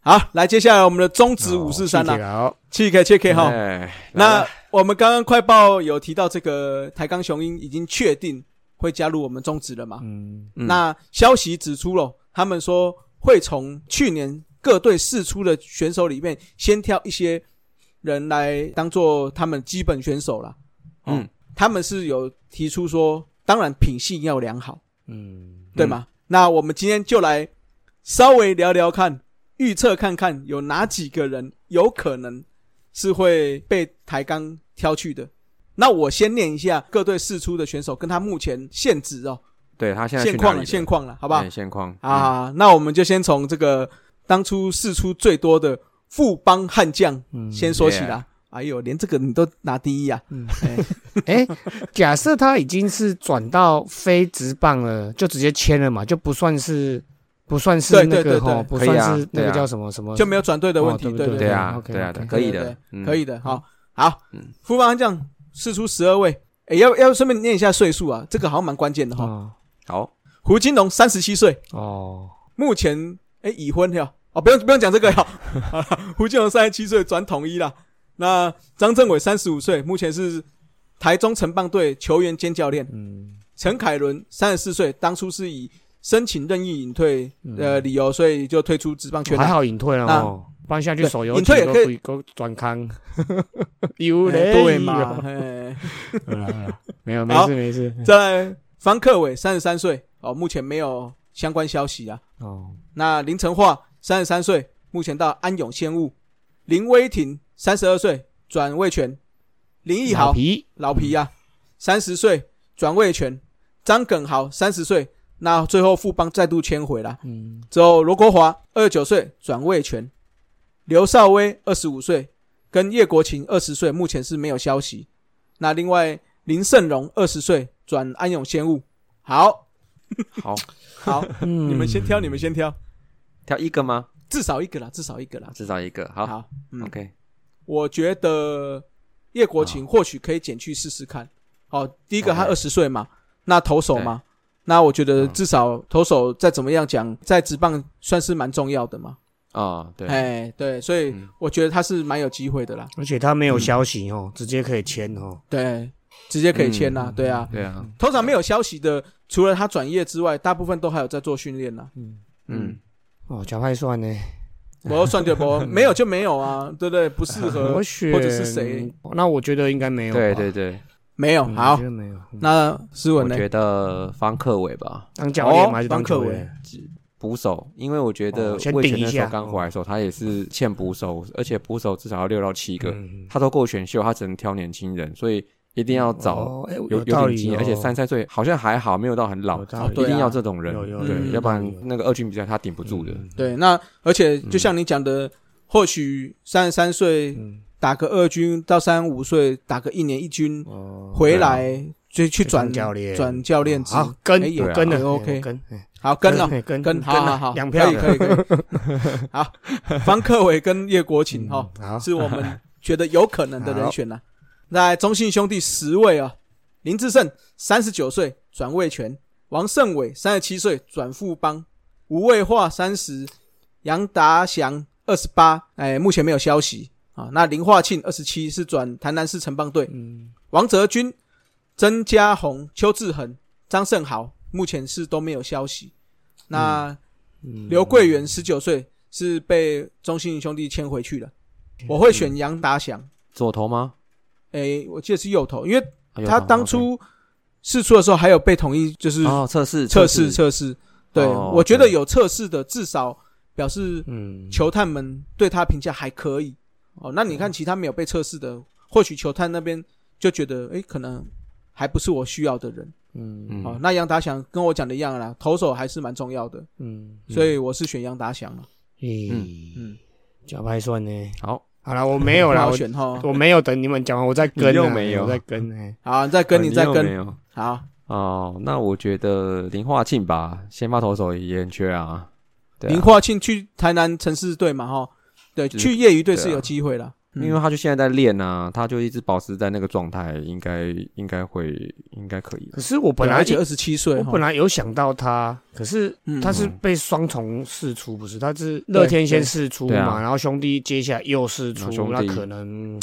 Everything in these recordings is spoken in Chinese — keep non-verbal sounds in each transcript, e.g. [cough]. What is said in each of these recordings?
好，来，接下来我们的中指五四三啊了，啦，好，切 K 切 K 哈。哦哎来那了我们刚刚快报有提到这个台钢雄鹰已经确定会加入我们中职了嘛？嗯，嗯那消息指出了，他们说会从去年各队试出的选手里面，先挑一些人来当做他们基本选手啦。哦嗯，他们是有提出说，当然品性要良好，嗯，对吗？那我们今天就来稍微聊聊看，预测看看有哪几个人有可能是会被台钢挑去的。那我先念一下各队试出的选手跟他目前现职哦，对他现在去现哪况里了，了现况了，好不好？哎现况，啊，那我们就先从这个当初试出最多的富邦悍将嗯先说起 Yeah 嗯啦。哎呦，连这个你都拿第一啊！ [laughs] 哎，假设他已经是转到非职棒了，就直接签了嘛，就不算是不算是对那对个对哈，对不可以算啊是那对个啊叫什么什么，就没有转队的问题，哦对对对对对啊， OK，对啊， OK 可以对的，嗯可以的。好，好嗯，富邦悍将试出十二位，哎，要要顺便念一下岁数啊，这个好像蛮关键的哈。哦好，胡金龙三十七岁，哦，目前哎已婚了，哦，不用不用讲这个了。 [laughs] 胡金龙三十七岁转统一啦。那张政伟三十五岁，目前是台中城棒队球员兼教练。嗯陈凯伦三十四岁，当初是以申请任意隐退嗯的理由，所以就退出职棒圈还了。好隐退了那哦，搬下去啊对手游隐退也可以哎都 [laughs] 转康，有嘞对 [laughs] 嘛？？嘿有啦有啦没有，没好事没事。 [laughs] 再来，方克伟三十三岁，哦，目前没有相关消息啊。哦，那林成化三十三岁，目前到安永仙务。林威廷三十二岁，转卫权。林奕老豪皮老皮啊，三十岁转卫权。张耿豪三十岁，那最后富邦再度签回了。嗯，之后，罗国华二九岁转卫权，刘少威二十五岁，跟叶国勤二十岁，目前是没有消息。那另外林胜荣二十岁转安永仙务。好好，好，你你们先挑，你们先挑，挑一个吗？至少一个啦，至少一个啦。至少一个，好好，嗯， ，OK，我觉得叶国勤或许可以减去试试看。好，第一个他 OK 二十岁嘛，那投手嘛，那我觉得嗯至少投手再怎么样讲，在职棒算是蛮重要的嘛。哦，对，哎，对，所以嗯我觉得他是蛮有机会的啦。而且他没有消息哦，直接可以签哦。对，直接可以签啦。嗯对啊，对啊，通常没有消息的，除了他转业之外，大部分都还有在做训练啦。嗯，嗯，哦，假派算呢？我要算对不？没有就没有啊，对不对？不适合 [laughs] 我，选或者是谁？那我觉得应该嗯没有吧。对对对，没有。嗯，我好觉，得没有。嗯那斯我文呢？觉得方克伟吧，当教练哦嘛，还是当邦克球维员？捕手，因为我觉得哦先魏权顶一那时下候刚回来的时候，他也是欠捕嗯手，而且捕手至少要六到七个，嗯他都够选秀，他只能挑年轻人，所以一定要找哦哎有有道点理经验，哦而且三十三岁好像还好，没有到很老有道，理一定要这种人有有有，有对，要不有然有那个二军比赛他顶不住的。嗯对，那而且就像你讲的，或许三十三岁嗯打个二军到三五岁打个一年一军哦回来，就去转当教练，哦转教练职。好跟哎也我跟对啊了，OK 哎我跟哎好，跟了。哎跟跟啊好好好，两票可以可以可以。 [laughs] 好，方克伟跟叶国勤哈，嗯好，是我们觉得有可能的人选啦。那中信兄弟十位啊，林志胜三十九岁转卫权，王胜伟三十七岁转富邦，吴卫化三十，杨达祥二十八，哎，目前没有消息啊。那林化庆二十七是转台南市城棒队，嗯王哲君、曾家宏、邱志恒、张胜豪目前是都没有消息。那嗯刘桂元十九岁是被中信兄弟签回去了。我会选杨达祥，左投吗？诶、我记得是右投，因为啊右他投当 OK 初试出的时候还有被同意，就是哦测试测试测试。对，哦我觉得对有测试的，至少表示嗯球探们对他评价还可以。哦，那你看其他没有被测试的，或许球探那边就觉得，诶、可能还不是我需要的人。嗯哦嗯，，那杨达祥跟我讲的一样啦，投手还是蛮重要的，嗯，所以我是选杨达祥了。咦嗯，假派算呢？好，好了，我没有不啦，好我选哦哈。我没有等你们讲完，我在跟啊，你又没有我在跟哎，好，你再跟，啊你再又没跟。有好，哦，那我觉得林化庆吧，先发投手也很缺啊。对啊林化庆去台南城市队嘛，哈，对，就是去业余队是对啊有机会啦。嗯因为他就现在在练啊，他就一直保持在那个状态，应该应该会应该可以吧可是我本来而且二十七岁我哈，本来有想到他，可是嗯他是被双重试出，不是？他是乐天先试出对对啊嘛，然后兄弟接下来又试然出后，兄那弟可能，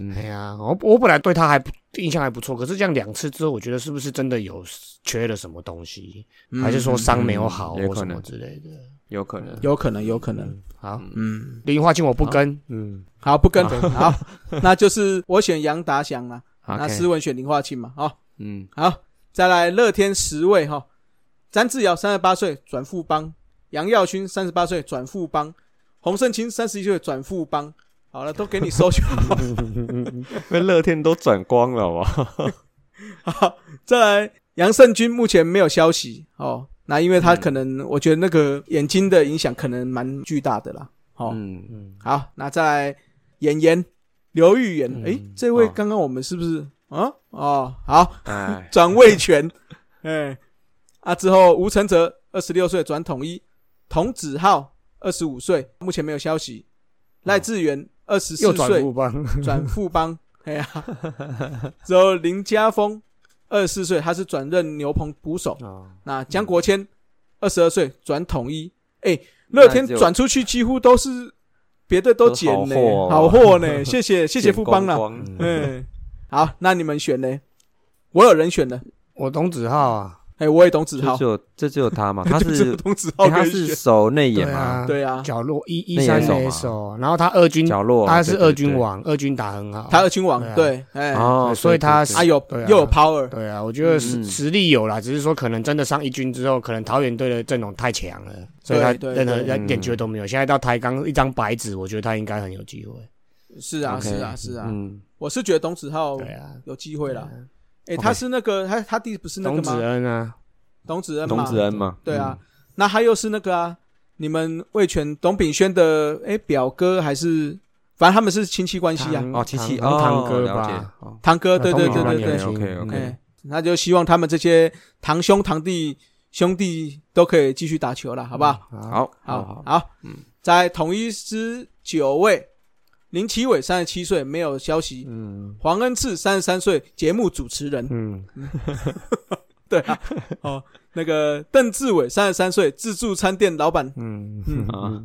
嗯哎呀，我我本来对他还不印象还不错，可是这样两次之后，我觉得是不是真的有缺了什么东西，嗯还是说伤没有好嗯也或可什能么之类的？有可能。有可能，有可能，嗯，好，嗯，林化清我不跟，嗯，好，不跟， [laughs] 好，那就是我选杨达祥啦，那 OK，思文选林化庆嘛，好，嗯，好，再来乐天十位哈，詹志尧三十八岁转富邦，杨耀勋三十八岁转富邦，洪胜清三十一岁转富邦。好了，都给你搜去。那乐天都转光了，好不好？ [laughs] 好，再来杨胜军目前没有消息哦，那因为他嗯可能、我觉得那个眼睛的影响可能蛮巨大的啦。好、嗯，嗯，好，那再来演员刘玉言，嗯诶、这位哦刚刚我们是不是啊？哦，好，哎，转位权，哎，啊之后吴承泽二十六岁转统一，童子浩二十五岁，目前没有消息，赖志源二十嗯又四转岁富邦，转富邦，哎呀，之后林家峰二十四岁，他是转任牛棚捕嗯手，哦那江国谦二十二岁转统一，哎， [laughs] 乐天那就转出去几乎都是别的都捡呢都好好货，哦货呢，谢谢谢谢见富邦光啦，光嗯，嗯，好，那你们选呢？我有人选的。我董子浩啊，哎、我也懂子这浩只，有这只有他 [laughs] 嘛，他就只有是董子浩哎他可以是选。守内对野嘛，啊，对啊，角落一一内三野手垒嘛手，然后他二军角落他是对对二军对王，二军打很好，他二军王，对啊对，哎、哦，所以对他对啊对有、对啊又有 power，对啊，我觉得嗯实实力有啦，只是说可能真的上一军之后，可能桃园队的阵容太强了，所以他对对任对嗯何一点机会都没有。现在到台钢一张白纸，我觉得他应该很有机会。是啊 OK，是啊是啊、嗯，我是觉得董子浩对啊，有机哦会啦。哎、 OK 他是那个他他弟不是那董个子吗？恩啊，董子恩嘛，董子恩嘛，对啊、那他又是那个啊，你们魏全董炳轩的哎、表哥还是，反正他们是亲戚关系啊，堂，呃哦，七七堂哦，堂哥了解吧，，哦堂哥，对对哦对对对，了解对哎、 ，OK，OK 那就希望他们这些堂兄堂弟兄弟都可以继续打球了，好不好？嗯好，嗯好好好，好，嗯在统一狮九位，林奇伟三十七岁，没有消息；嗯黄恩赐三十三岁，节目主持人，嗯， [laughs] 对啊，哦，那个邓志伟三十三岁，自助餐店老板；嗯嗯啊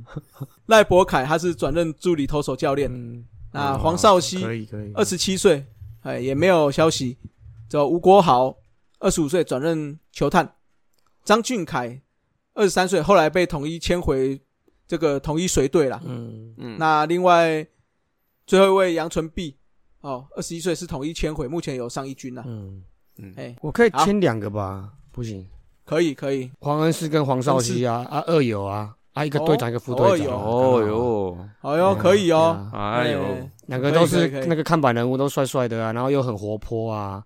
赖博凯他是转任助理投手教练，嗯，那哦黄少熙可以可以，二十七岁，哎，也没有消息。只有吴国豪二十五岁转任球探，张俊凯二十三岁，后来被统一签回这个统一随队啦。嗯嗯，那另外最后一位杨纯碧，哦，二十一岁是统一签回，目前有上一军啦。嗯，哎我可以好签两个吧？不行，可以可以，黄恩是跟黄少熙啊啊二友啊啊一个队长一个副哦队二友长，哦，哟，哦哟，对啊可以哦。。对啊哎呦哎，两个都可以是可以可以那个看板人物，都帅帅的啊，然后又很活泼啊，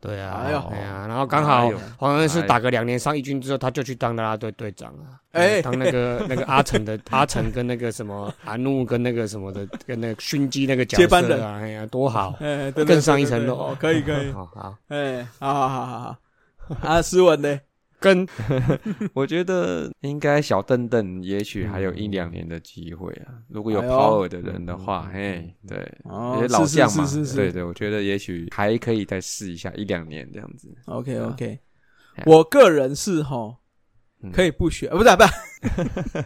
对啊，哎呦对啊，然后刚好哎呦黄恩是打个两年上一军之后，他就去当啦啦队队长啊，哎嗯 [laughs] 当那个那个阿成的 [laughs] 阿成跟那个什么阿怒跟那个什么的 [laughs] 跟那个勋基那个角接班色人啊，哎呀，多好，哎，对对更上一层对对楼对哦可以 [laughs] 可以，好好哎，好好好好好。啊，斯文呢？跟我觉得应该小邓邓也许还有一两年的机会啊，嗯如果有 power 的人的哎话，嘿，对，哦也是老将嘛，是是是是对对，我觉得也许还可以再试一下一两年这样子， OK 啊 OK，哎呀我个人是哈嗯，可以不选，呃不是啊不是啊。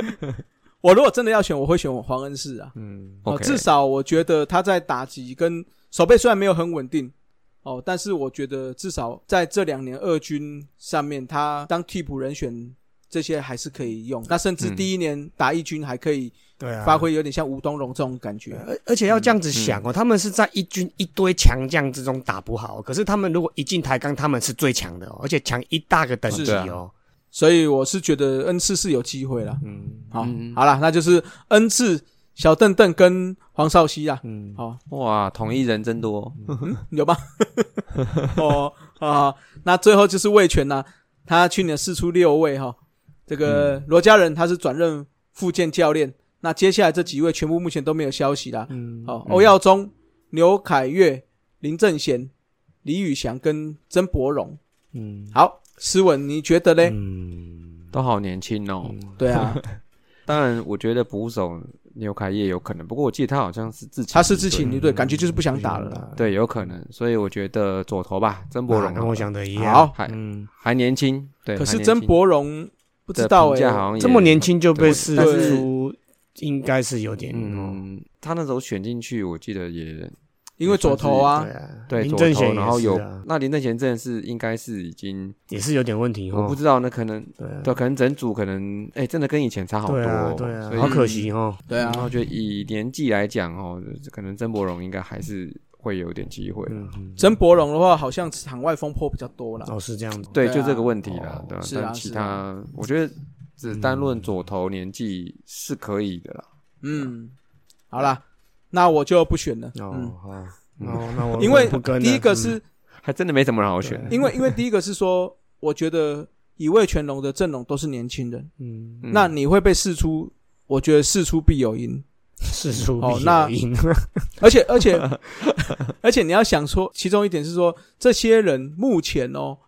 [laughs] 我如果真的要选，我会选我黄恩士啊。嗯哦， OK 至少我觉得他在打击跟手背虽然没有很稳定，哦，但是我觉得至少在这两年二军上面，他当替补人选这些还是可以用。那甚至嗯第一年打一军还可以对啊发。挥有点像吴东荣这种感觉。而而且要这嗯样子想哦，他们是在一军一堆强将之中打不好，哦可是他们如果一进台钢，他们是最强的哦，而且强一大个等级是啊哦。所以我是觉得恩赐是有机会啦。嗯好，嗯好啦，那就是恩赐、小邓邓跟黄少熙啦。嗯好、哇，统一人真多，有吧？ [laughs] 哦啊，那最后就是魏权啦、他去年试出六位哈、这个嗯罗家人他是转任副健教练，那接下来这几位全部目前都没有消息啦。嗯哦，嗯欧耀宗、刘凯越、林正贤、李宇翔跟曾博荣。嗯，好，诗文你觉得嘞？嗯都好年轻哦。对啊，当然，我觉得捕手牛凯也有可能，不过我记得他好像是自己，他是自己离队，感觉就是不想打了啦。对，有可能，所以我觉得左投吧，曾博嗯啊荣好跟了，我想的一样。好，还嗯，还年轻，对，可还是年曾轻博荣不知的道评价好哎，像也这么年轻就被释对对出，应该是有点哦。嗯，他那时候选进去，我记得也因为左投啊对，啊，对林左正投贤然后也有是啊，那林正贤真的是应该是已经，也是有点问题我哦不。知道，那可能对啊对，可能整组可能哎，真的跟以前差好多对啊哦，，对啊所，以好可惜哦。对然后啊，觉得以年纪来讲哦，可能曾博荣应该还是会有点机会。嗯，嗯曾博荣的话好像场外风波比较多啦。哦是这样子。对，对就啊这个问题啦，对吧？是啊但其是啊他我觉得只单论左投年纪是可以的啦。嗯，好啦，那我就不选了。嗯，哦，好，嗯哦，那我因为不跟了嗯第一个是还真的没什么人好选。因为因为第一个是说，我觉得以味全龙的阵容都是年轻人，嗯，嗯那你会被试出，我觉得事出必有因。 [laughs] 事出哦必那有因。而且而且 [laughs] 而且你要想说，其中一点是说，这些人目前哦，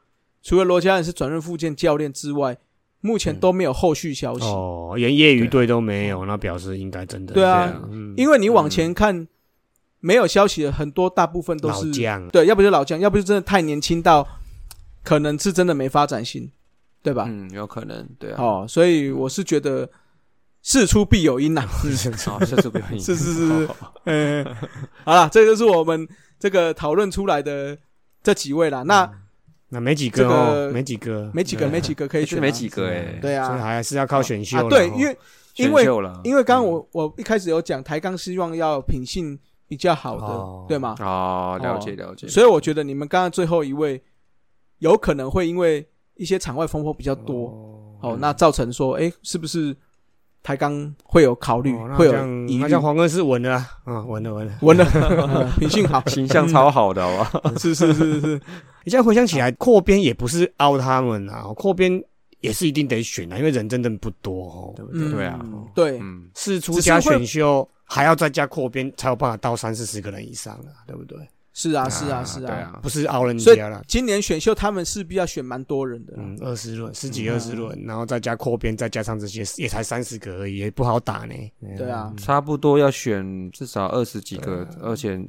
除了罗家人是转任副健教练之外，目前都没有后续消息。嗯 [laughs] 哦，连业余队都没有，那表示应该真的啊哦对啊是这样嗯因为你往前看，没有消息的很多，大部分都嗯老是将对，要不就老将，要不就真的太年轻到可能是真的没发展性，对吧？嗯，有可能，对 [laughs] 啊。哦，所以我是觉得事出必有 [laughs] 因呐、好，哦下次不要赢。是是是是，嗯，好啦，这就是我们这个讨论出来的这几位啦。嗯那那没几个这哦，个没几个，没几个，对没几个可以也选、是啊，没几个哎。对啊所以还是要靠选秀啊啦。。对，哦因为选因为秀了，因为刚刚我我一开始有讲，台钢希望要品性比较好的，哦对吗？哦，了解哦了解。所以我觉得你们刚刚最后一位有可能会因为一些场外风波比较多，哦，那造成说，哎，是不是台钢会有考虑，哦那会这有样疑那虑像？黄恩是稳了啊，嗯，稳了稳了。闻了，嗯 [laughs] 品性好，形象超好的，好吧？是是是是， [laughs] 你现在回想起来，扩编也不是凹他们啊，扩编也是一定得选啊，因为人真的不多哦，对不对？嗯对啊对，嗯，四出只是加会选秀，还要再加扩编，才有办法到三四十个人以上啊，对不对？是啊是啊是对啊，啊不，是凹人所以家了。今年选秀他们势必要选蛮多人的啦，嗯，二十轮，十几嗯二十轮，然后再加扩编，再加上这些，也才三十个而已，也不好打呢。对啊，差不多要选至少二十几个，而且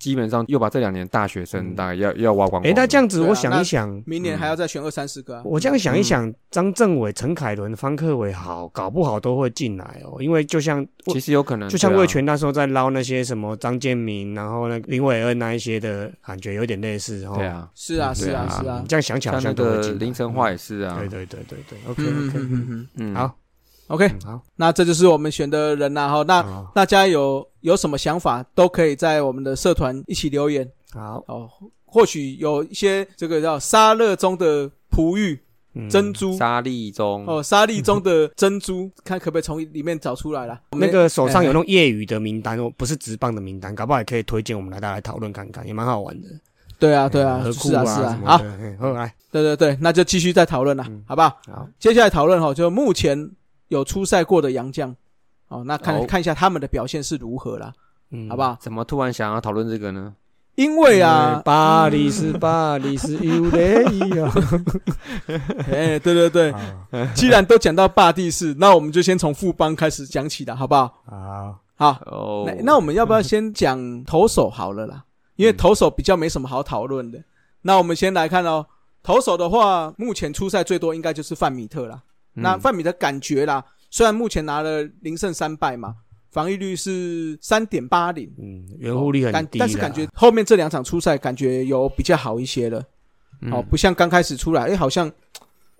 基本上又把这两年大学生大概要要挖光光了。诶，那这样子对啊我想一想，明年还要再选二三十个啊，我这样想一想，张政伟、陈凯伦、方克伟好，搞不好都会进来哦，因为就像其实有可能，就像对啊魏权那时候在捞那些什么张建民，然后那个林伟恩那一些的感觉有点类似哦。嗯对，啊，是啊是对啊啊是啊你，这样想起来好像像那都会个进来嗯林晨化也是啊，对对对对对，OK 嗯嗯 OK，嗯嗯嗯，好，OK，嗯好，嗯那这就是我们选的人啦哈，那好大家有有什么想法都可以在我们的社团一起留言。好，哦，或许有一些这个叫沙乐中的璞玉、嗯珍珠，沙粒中哦，沙粒中的珍珠， [laughs] 看可不可以从里面找出来啦。我们那个手上有哎那种业余的名单，哦，不是职棒的名单，搞不好也可以推荐我们来大家来讨论看看，也蛮好玩的。对啊，对啊，何嗯库是啊，是什啊，么好，的，嗯嘿好来，对对对，那就继续再讨论啦，好不好？好，接下来讨论哈，就目前有出赛过的洋将，哦，那看好看一下他们的表现是如何啦，嗯好不好？怎么突然想要讨论这个呢？因为啊，巴黎是巴黎是 U 雷 [laughs] 啊，哎，对对 [laughs] 对，既然都讲到霸地士，那我们就先从富邦开始讲起啦，好不好？好，好，哦那，那我们要不要先讲投手好了啦？因为投手比较没什么好讨论的。那我们先来看哦，投手的话，目前出赛最多应该就是范米特啦。嗯那范米特感觉啦，虽然目前拿了零胜三败嘛，防御率是三点八零，嗯，圆弧率感很低啦，但是感觉后面这两场出赛感觉有比较好一些了。嗯哦，不像刚开始出来，哎，好像嘖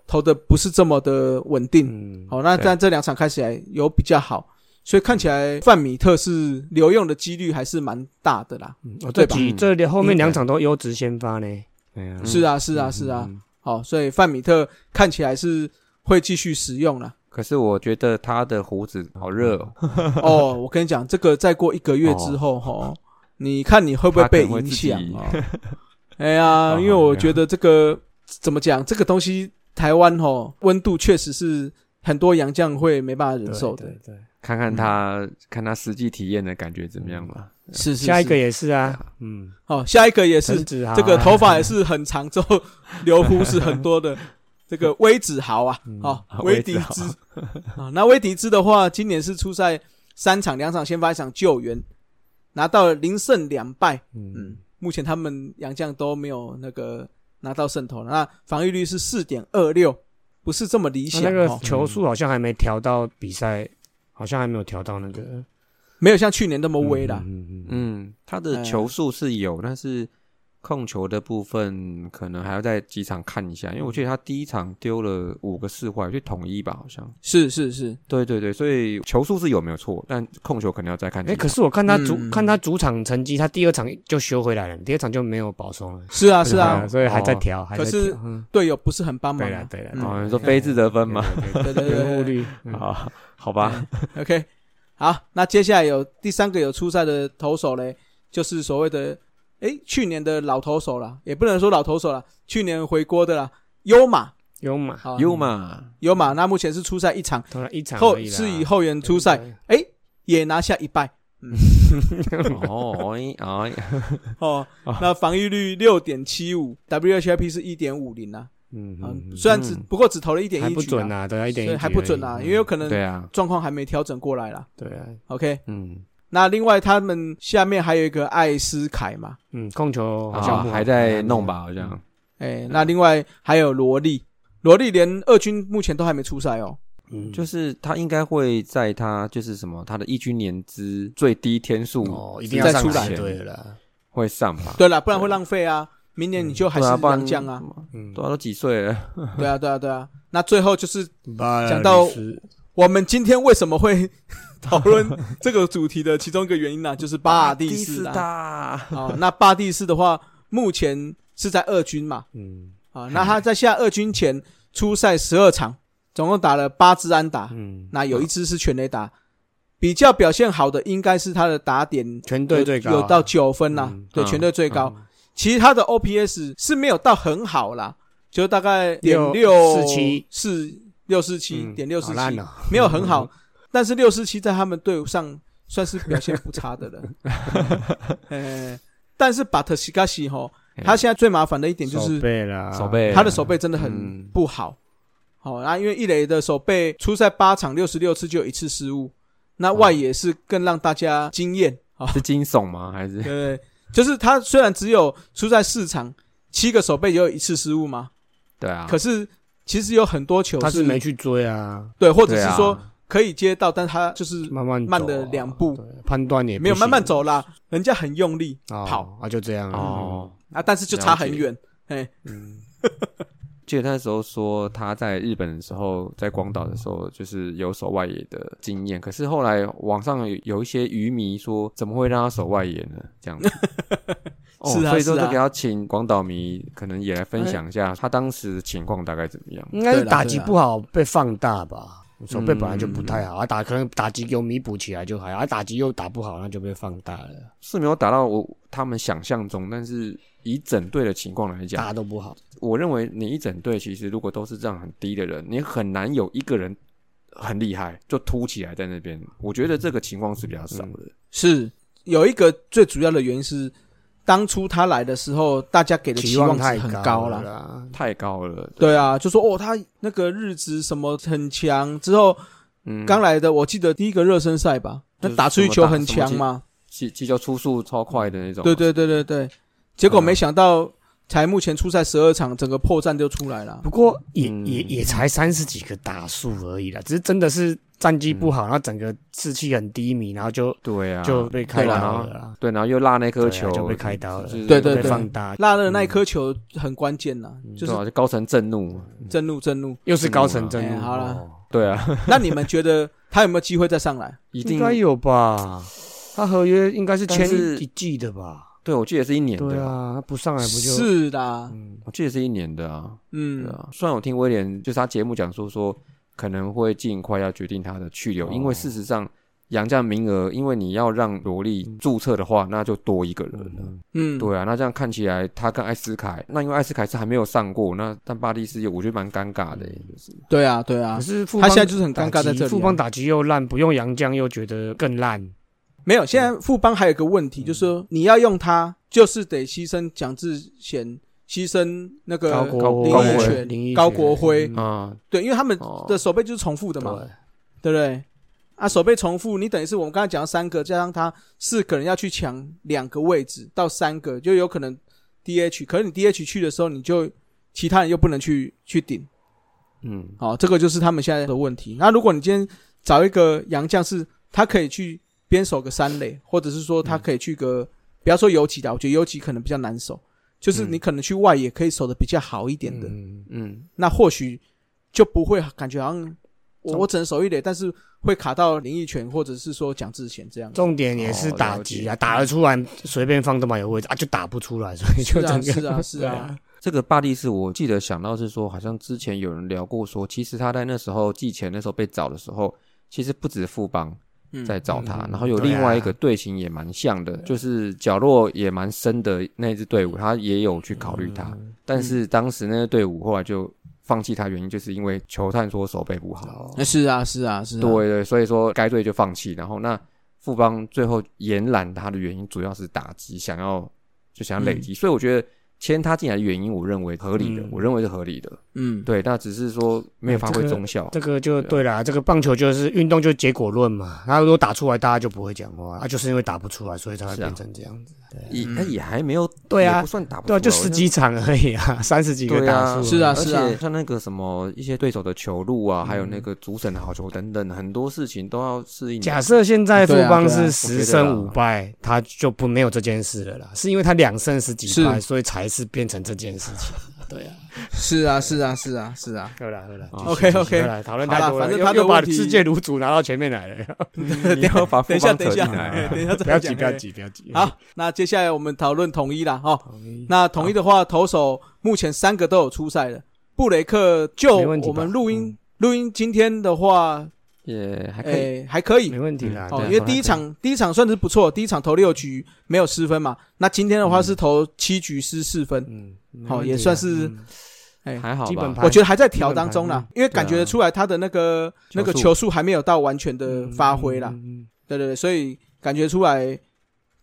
投的不是这么的稳定。嗯，好、那对但这两场看起来有比较好，所以看起来范米特是留用的几率还是蛮大的啦。哦，对这吧几这里后面两场都优质先发呢。哎呀嗯是啊，是啊，是啊。嗯好、所以范米特看起来是会继续使用啦。可是我觉得他的胡子好热哦，哦，我跟你讲，这个再过一个月之后，哈、你看你会不会被影响哦？ [laughs] 哎呀，好因为我觉得这个怎么讲，这个东西台湾哦，温度确实是很多洋将会没办法忍受的。对对对，看看他嗯看他实际体验的感觉怎么样吧。是是是。下一个也是啊，嗯，哦，下一个也是陈子豪啊这个头发也是很长，之后留胡是很多的。这个 [laughs] 嗯威子豪啊，哦，威威子迪豪兹啊，那威迪兹的话，今年是出赛三场两场先发一场救援，拿到了零胜两败。嗯嗯，目前他们洋将都没有那个拿到胜投，那防御率是四点二六，不是这么理那想、啊那个哦，球速好像还没调到比赛，好像还没有调到那个没有像去年那么威啦。嗯嗯嗯嗯，他的哎球速是有，但是控球的部分可能还要在几场看一下，因为我记得他第一场丢了五个四坏，就统一吧，好像。是是是，对对对，所以球速是有没有错，但控球可能要再看哎、几场。可是我看他主、嗯看他主场成绩，他第二场就修回来了，第二场就没有保送了。是啊是啊 [laughs] 嗯，所以还在调，还在可是调。嗯队友不是很帮忙对了啊。对了，嗯哎哦，你说非自得分嘛？对 [laughs] 对对对人物对率嗯啊，好哎吧， OK，好，那接下来有第三个有出赛的投手嘞，就是所谓的诶，去年的老投手啦，也不能说老投手啦，去年回国的啦，优马，有嘛？好，嗯优嘛，优马，那目前是出赛一场，当然一场后而已啦嗯是以后援出赛，，诶，也拿下一败 [laughs] 哦，哎 [laughs] 哎，哦，那防御率六点七五，WHIP 是一点五零啊，嗯啊嗯，嗯虽然只不过只投了一点还一不局准啊，啊，对啊，一点一对，局还不准啊，而已因为有可能对啊，状况还没调整过来啦。对啊， OK，嗯，那另外他们下面还有一个艾斯凯嘛，嗯，控球好啊像，还在弄吧，好像嗯。哎，那另外还有罗莉，罗莉连二军目前都还没出赛哦。嗯，就是是他应该会在他就是什么他的一军年资最低天数哦，一定要再上出来啊来对了啦，会上吧？对了，不然会浪费啊，明年你就还是对啊不然洋将啊。嗯对，啊，都几岁了？对啊，对啊，对啊。那最后就是讲讲到我们今天为什么会 [laughs] 讨论这个主题的其中一个原因呢、啊 [laughs] 就是巴蒂斯啊。大，哦，那巴蒂斯的话，目前是在二军嘛，嗯啊，那他在下二军前出赛十二场，总共打了八支安打，嗯，啊那有一支是全垒打。比较表现好的应该是他的打点全队最高啊有有到九分呐、嗯对，嗯全队最高。其实他的 OPS 是没有到很好啦，就大概点六六四七四六四七嗯点六四好烂七，哦，没有很好，但是六四七在他们队伍上算是表现不差的了。 [laughs] 呃，但是巴特西卡西吼，他现在最麻烦的一点就手是背啦，手背他的手背真的很嗯不好。好、那、因为一垒的手背出赛八场六十六次就有一次失误，那外野是更让大家惊艳啊。 [laughs] 是惊悚吗？还是对，就是他虽然只有出赛四场，七个手背也有一次失误嘛，对啊？可是其实有很多球他是没去追啊，对，或者对是啊说可以接到，但他就是慢慢走啊慢了两步，对判断也不没有慢慢行走啦，人家很用力哦跑啊，就这样啊哦，，啊，但是就差很远。哎，嗯，记得那时候说他在日本的时候，在广岛的时候，就是有守外野的经验。可是后来网上有有一些渔迷说，怎么会让他守外野呢？这 [laughs] 样子。哦，是啊所以说是啊哎这个要请广岛迷可能也来分享一下他当时情况大概怎么样。嗯应该对是啦打击对啦不好被放大吧，手背本来就不太好啊，打可能打击有弥补起来就还好，啊，打击又打不好，那就被放大了，是没有达到我他们想象中，但是以整队的情况来讲，打都不好，我认为你一整队其实如果都是这样很低的人，你很难有一个人很厉害就突起来在那边。我觉得这个情况是比较少的。是有一个最主要的原因是，当初他来的时候，大家给的期望太值很高啦。啦，太高了，对啊，就说哦，他那个日职什么很强，之后嗯，刚来的，我记得第一个热身赛吧，那就是打出去什么球打很什么强进嘛，气气球出速超快的那种，对，对对对对，结果嗯没想到才目前出赛十二场，整个破绽就出来了不。过也、嗯也也才三十几个打数而已啦，只是真的是战绩不好，嗯然后整个士气很低迷，然后就、对啊，就被开对刀啊了啦，对，然后又落那颗对啊球就被开刀了，就是对对被对放大，纳勒那一颗球很关键呐，就嗯对是啊，就高层震怒，震怒震怒。又是高层真哎好啦哦对 [laughs] 啊，那你们觉得他有没有机会再上来？一应定该有吧？他合约应该是签但是一季的吧？对我记得是一年对的，啊，他不上来不就？是啊的，嗯，我记得是一年的啊，对嗯，啊，虽然我听威廉就是他节目讲说说可能会尽快要决定他的去留，哦因为事实上杨将名额，因为你要让罗莉嗯注册的话，那就多一个人了。嗯，对啊，那这样看起来他跟艾斯凯，那因为艾斯凯是还没有上过，那但巴蒂斯也我觉得蛮尴尬的耶，嗯就是对啊，对啊可，是富他邦现在就是很尴尬在打击这富里邦啊。打击又烂，不用杨将又觉得更烂。没有，现在嗯富邦还有一个问题，就是说你要用他，就是得牺牲蒋志贤，牺牲那个高国林高奕国泉林奕高泉国辉，嗯啊，对，因为他们哦的手背就是重复的嘛，对对不对？啊，守备重复，你等于是我们刚才讲的三个，加上他是可能要去抢两个位置到三个，就有可能 DH。可是你 DH 去的时候，你就其他人又不能去去顶，嗯，好、这个就是他们现在的问题。那如果你今天找一个洋将，是他可以去边守个三垒，或者是说他可以去个，不要说游击的，我觉得游击可能比较难守，就是你可能去外野可以守的比较好一点的，嗯嗯，那或许就不会感觉好像我重我只能守一垒，但是会卡到林奕泉或者是说蒋志贤这样。重点也是打击哦啊，打得出来随便放都蛮有位置啊，就打不出来，所以是就啊，整个是啊，是 [laughs] 啊，这个巴蒂斯，我记得想到是说，好像之前有人聊过说，其实他在那时候季前那时候被找的时候，其实不止富邦嗯，在找他，嗯然后有对啊另外一个队形也蛮像的，就是角落也蛮深的那支队伍，他也有啊去考虑嗯他，但是当时那个队伍后来就放弃他，原因就是因为球探说手背不好，那是啊，是啊，是啊，对对，所以说该队就放弃，然后那富邦最后延揽他的原因主要是打击，想要就想要累积，所以我觉得签他进来的原因，我认为合理的，嗯哎我认为是合理的，嗯，对，那只是说没有发挥中哦效，这个就啊对啦，这个棒球就是运动，就是结果论嘛。他如果打出来，大家就不会讲话，啊，就是因为打不出来，所以才会是啊变成这样子。也他也还没有，嗯对啊也不算打不出对来，啊，就我十觉得几场而已啊， [laughs] 三十几个对打啊，数，是啊而且像那个什么一些对手的球路啊，还有那个主审的好球等等，很多事情都要适应。嗯假设现在富邦对啊对啊是十胜五败，他就不没有这件事了啦，是因为他两胜十几是败，所以才是变成这件事情。对啊，是啊，是啊，是啊，是啊。对啦对啦哦 OK，OK 对啦，讨论太多好啦了，反正又他的又把问题世界如主拿到前面来了，你要把等富一下，邦等一扯下，[laughs] 进哎 [laughs] 来啊。等一下不要再讲。急不要哎急不要急。好，那接下来我们讨论统一啦，哈。嗯那统一的话，投手目前三个都有出赛了。布雷克就没问题我吧们录音录音今天的话，也嗯还可以，哎，还可以，没问题啦，哦，对啊因为第一场第一场算是不错，第一场投六局没有失分嘛。那今天的嗯话是投七局失四分，嗯，好、没问题啦也算是、嗯哎还好吧？基本盘我觉得还在调当中啦嗯，因为感觉得出来他的那个、那对啊个球速还没有到完全的发挥啦。嗯对对对，所以感觉出来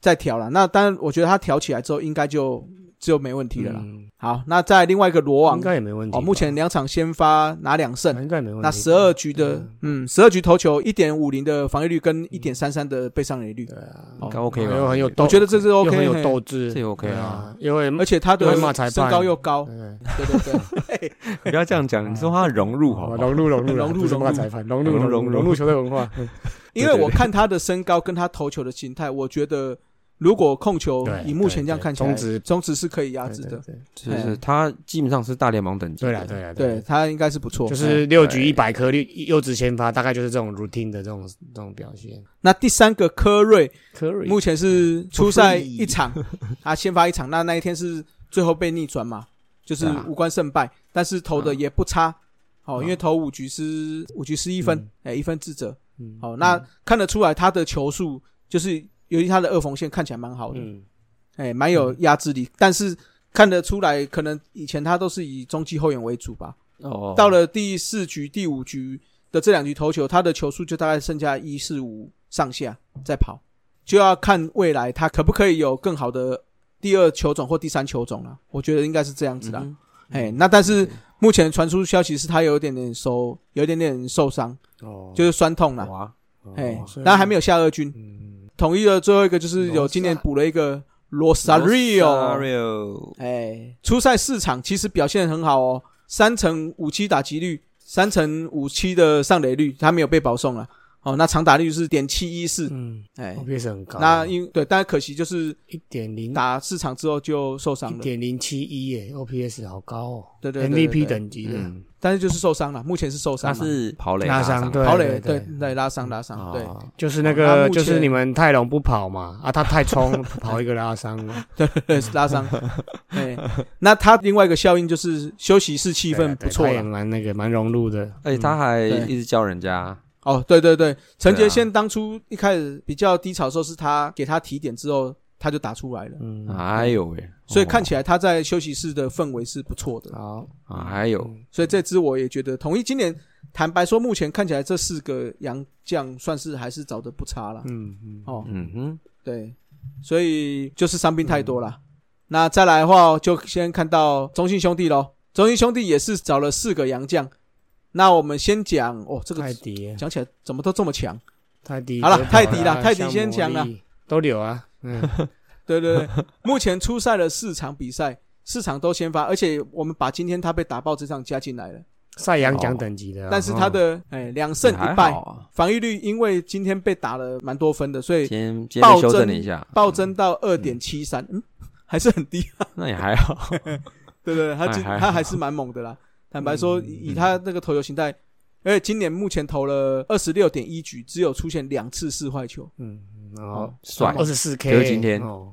在调啦。那当然，我觉得他调起来之后应该就就没问题了啦。嗯好，那在另外一个罗网应，该也没问题吧。哦，啊目前两场先发拿两胜。应该也没问题吧。那十二局啊的，嗯，十二局投球一点五零的防御率跟一点三三的被上垒率，啊应该 OK 又吧？哦很有斗，我觉得这是又 OK，很有嘿斗志，这也 OK 啊，因为而且他的会骂裁判身高又高，嗯对对对对， [laughs] 不要这样讲，你说他融入好好不吧融好？入融入融入不是融入骂裁判，融入融入融入融入融入球队 [laughs] 文化，因为我看他的身高跟他投球的形态，我觉得如果控球对以目前这样看起来，对对中职中职是可以压制的，对就是他基本上是大联盟等级对啦的，对啦对。他应该是不错。就是嗯六局一百颗，六优质先发，大概就是这种 routine 的这种这种表现。那第三个科瑞 Curry 目前是初赛一场， [laughs] 他先发一场，那那一天是最后被逆转嘛，就是对啊无关胜败，但是投嗯的也不差。哦，因为投五局失五局失一分嗯，哎、一分自责。嗯好、那看得出来他的球速就是，由于他的二缝线看起来蛮好的，嗯，哎，蛮嗯有压制力，但是看得出来，可能以前他都是以中继后援为主吧。哦，到了第四局、第五局的这两局投球，他的球速就大概剩下一四五上下在跑，就要看未来他可不可以有更好的第二球种或第三球种了、我觉得应该是这样子啦。嗯哎，那但是目前传出消息是他有一点点手，有一点点受伤，哦，就是酸痛啦。哇，哎哦，所以但还没有下二军。嗯，统一的最后一个就是有今年补了一个罗萨瑞 o Rosario 哎，初赛四场其实表现很好哦，三成五七打击率，三成五七的上垒率，他没有被保送了。哦，那长打率是点七一四，嗯哎， ，OPS 很高，那因对，但可惜就是一点零打四场之后就受伤一了，点零七一耶，OPS 好高哦对对对对，MVP 对等级的，嗯但是就是受伤了，目前是受他伤嘛，是跑垒拉伤对跑垒对对对拉伤拉伤，对哦就是那那个，目前就是你们泰隆不跑嘛，啊，他太冲， [laughs] 跑一个拉伤了，对对拉 [laughs] 伤，哎，那他另外一个效应就是休息室气对氛啊不对错他也了。蛮那个蛮融入的。而且哎他还对一直教人家，哦，对对对，陈杰对啊宪当初一开始比较低潮的时候，是他给他提点之后，他就打出来了。嗯，啊哎呦喂，所以看哦起来他在休息室的氛围是不错的。好，啊还有嗯所以这支我也觉得统一今年，坦白说，目前看起来这四个洋将算是还是找的不差啦。嗯嗯，哦，嗯哼。对，所以就是伤兵太多嗯啦。那再来的话，哦就先看到中信兄弟喽。中信兄弟也是找了四个洋将。那我们先讲哦，这个泰迪耶，讲起来怎么都这么强泰迪好了德保泰迪啦啊泰迪香先魔强啦力，都有啊，嗯， [laughs] 对 [laughs] 对对，目前出赛了四场比赛，四场都先发，而且我们把今天他被打爆这场加进来了，赛扬奖等级的啊，但是他哦的哎两胜还一败好，啊。防御率因为今天被打了蛮多分的，所以今天啊今暴天修正了增一下，嗯暴增到二点七三，嗯，还是很低，那也还 [laughs] 好。对对对，他今哎还好嗯他还是蛮猛的啦。坦白说，以以他那个投球形态，而且今年目前投了二十六点一局，只有出现两次四坏 [laughs] 球，嗯，然后哦，帅二，十四 K，就是今天哦，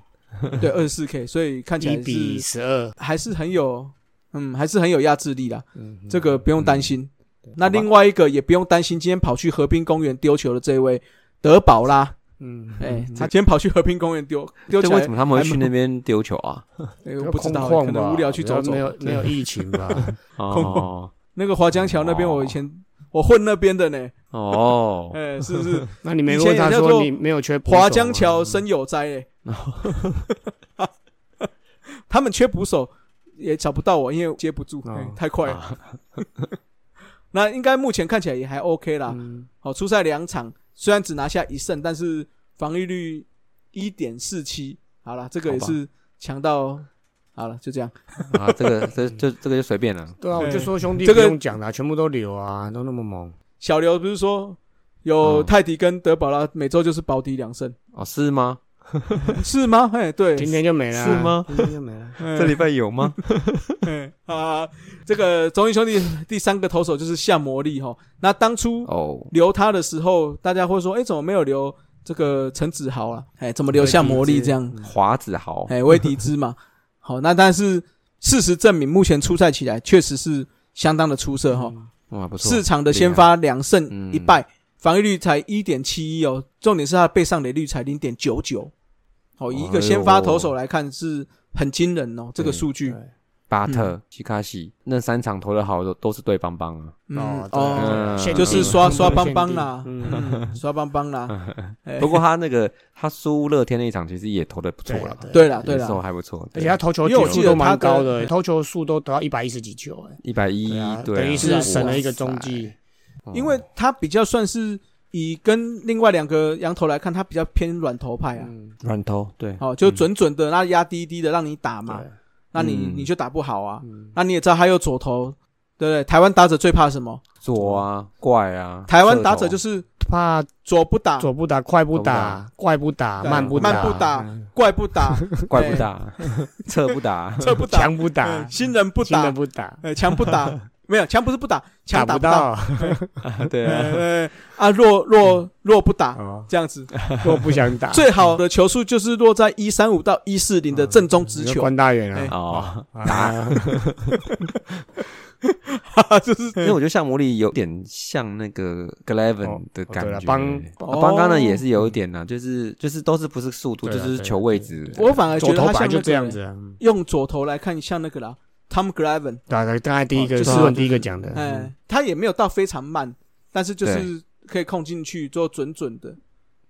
对，二十四 K，所以看起一来比是十二，还是很有，嗯，还是很有压制力啦。嗯嗯这个不用担心。那好吧另外一个也不用担心，今天跑去河滨公园丢球的这位德保啦，嗯，哎、他今天跑去河滨公园丢丢对，球，为什么他们会去还那边丢球啊？哎我不知道，空旷可能吧无聊去走走没。有没有疫 [laughs] 情吧？哦那个华江桥那边，哦我以前我混那边的呢，哦，哎、是不是？那你没以前问也他叫说做你没有 [laughs] 缺捕手啊吗华江桥生有灾哎、哦 [laughs] 他们缺捕手也找不到我，因为接不住，哦哎太快了。 [laughs] 那应该目前看起来也还 OK 啦，嗯好，初赛两场虽然只拿下一胜，但是防御率一点四七，好了，这个也好吧是强到好了，就这样。啊，这个这这这个就随便了。对啊，我就说兄弟这不个用讲了，全部都留啊，都那么猛，小刘不是说有嗯泰迪跟德保拉每周就是保底两胜，哦，是吗？是吗？哎，对，，今天就没了啊，是吗今天就没了嗯这礼拜有吗？嗯啊，这个中英兄弟第三个投手就是夏魔力哈。那当初 [laughs] 哦，留他的时候，大家会说，哎，怎么没有留这个陈子豪啊？哎，怎么留夏魔力这样？嗯华子豪，哎，威迪兹嘛。好，那但是事实证明，目前出赛起来确实是相当的出色哈、嗯哇，嗯不错，嗯四场的先发两胜一败，防御率才一点七一哦，重点是他的被上垒率才零点九九。好，哎以一个先发投手来看是很惊人哦，这个数据对。巴嗯特、西卡西那三场投的好的都是对邦邦 [laughs] 啊，嗯对啊哦，嗯嗯限定就是刷刷邦限邦定啦嗯，嗯刷邦邦啦。哎不过他那个他输乐天那一场其实也投的不错对了了，，对啦，对那时候啦，还不错，而且他投球因为我点记数得都他蛮的高的，投球数都得到一百一十几球，哎，一百一对啊，，对啊，等于是是啊省了一个哇塞中继，嗯因为他比较算是以跟另外两个羊头来看，他比较偏软头派啊。嗯，软投，对，好，哦就准准的，那压低低的让你打嘛。对，那你、嗯你就打不好啊。嗯那你也知道他有左投，对不对？台湾打者最怕什么？左啊，怪啊，台湾打者就是是怕左不打，左不打，快不左不打打，怪不打，对啊慢不打，嗯慢不打怪不打，怪不打， [laughs] 侧 [laughs] 不打，侧不打，强不打呃，新人不新的打，不打，呃，强不打，没有强不是不打，强不不到，到，对呃 [laughs] 啊，呃啊弱弱弱不打，哦，这样子我不想打， [laughs] 最好的球数就是落在一三五到一四零的正中直嗯你说球，关大远哎啊，哦， [laughs] 啊，就是因为我觉得像魔力有点像那个 Glavin 的感哦对了觉，帮哦啊邦刚呢也是有一点呢，就是就是都是不是速度，对就啊是对啊球位置，我反而觉左得投他本来像就那这样个子啊，用左投来看像那个啦，Tom Glavin，对啊，对刚才第一哦个就是是文第一个讲的，嗯哎，他也没有到非常慢，但是就是可以控进去做准准的。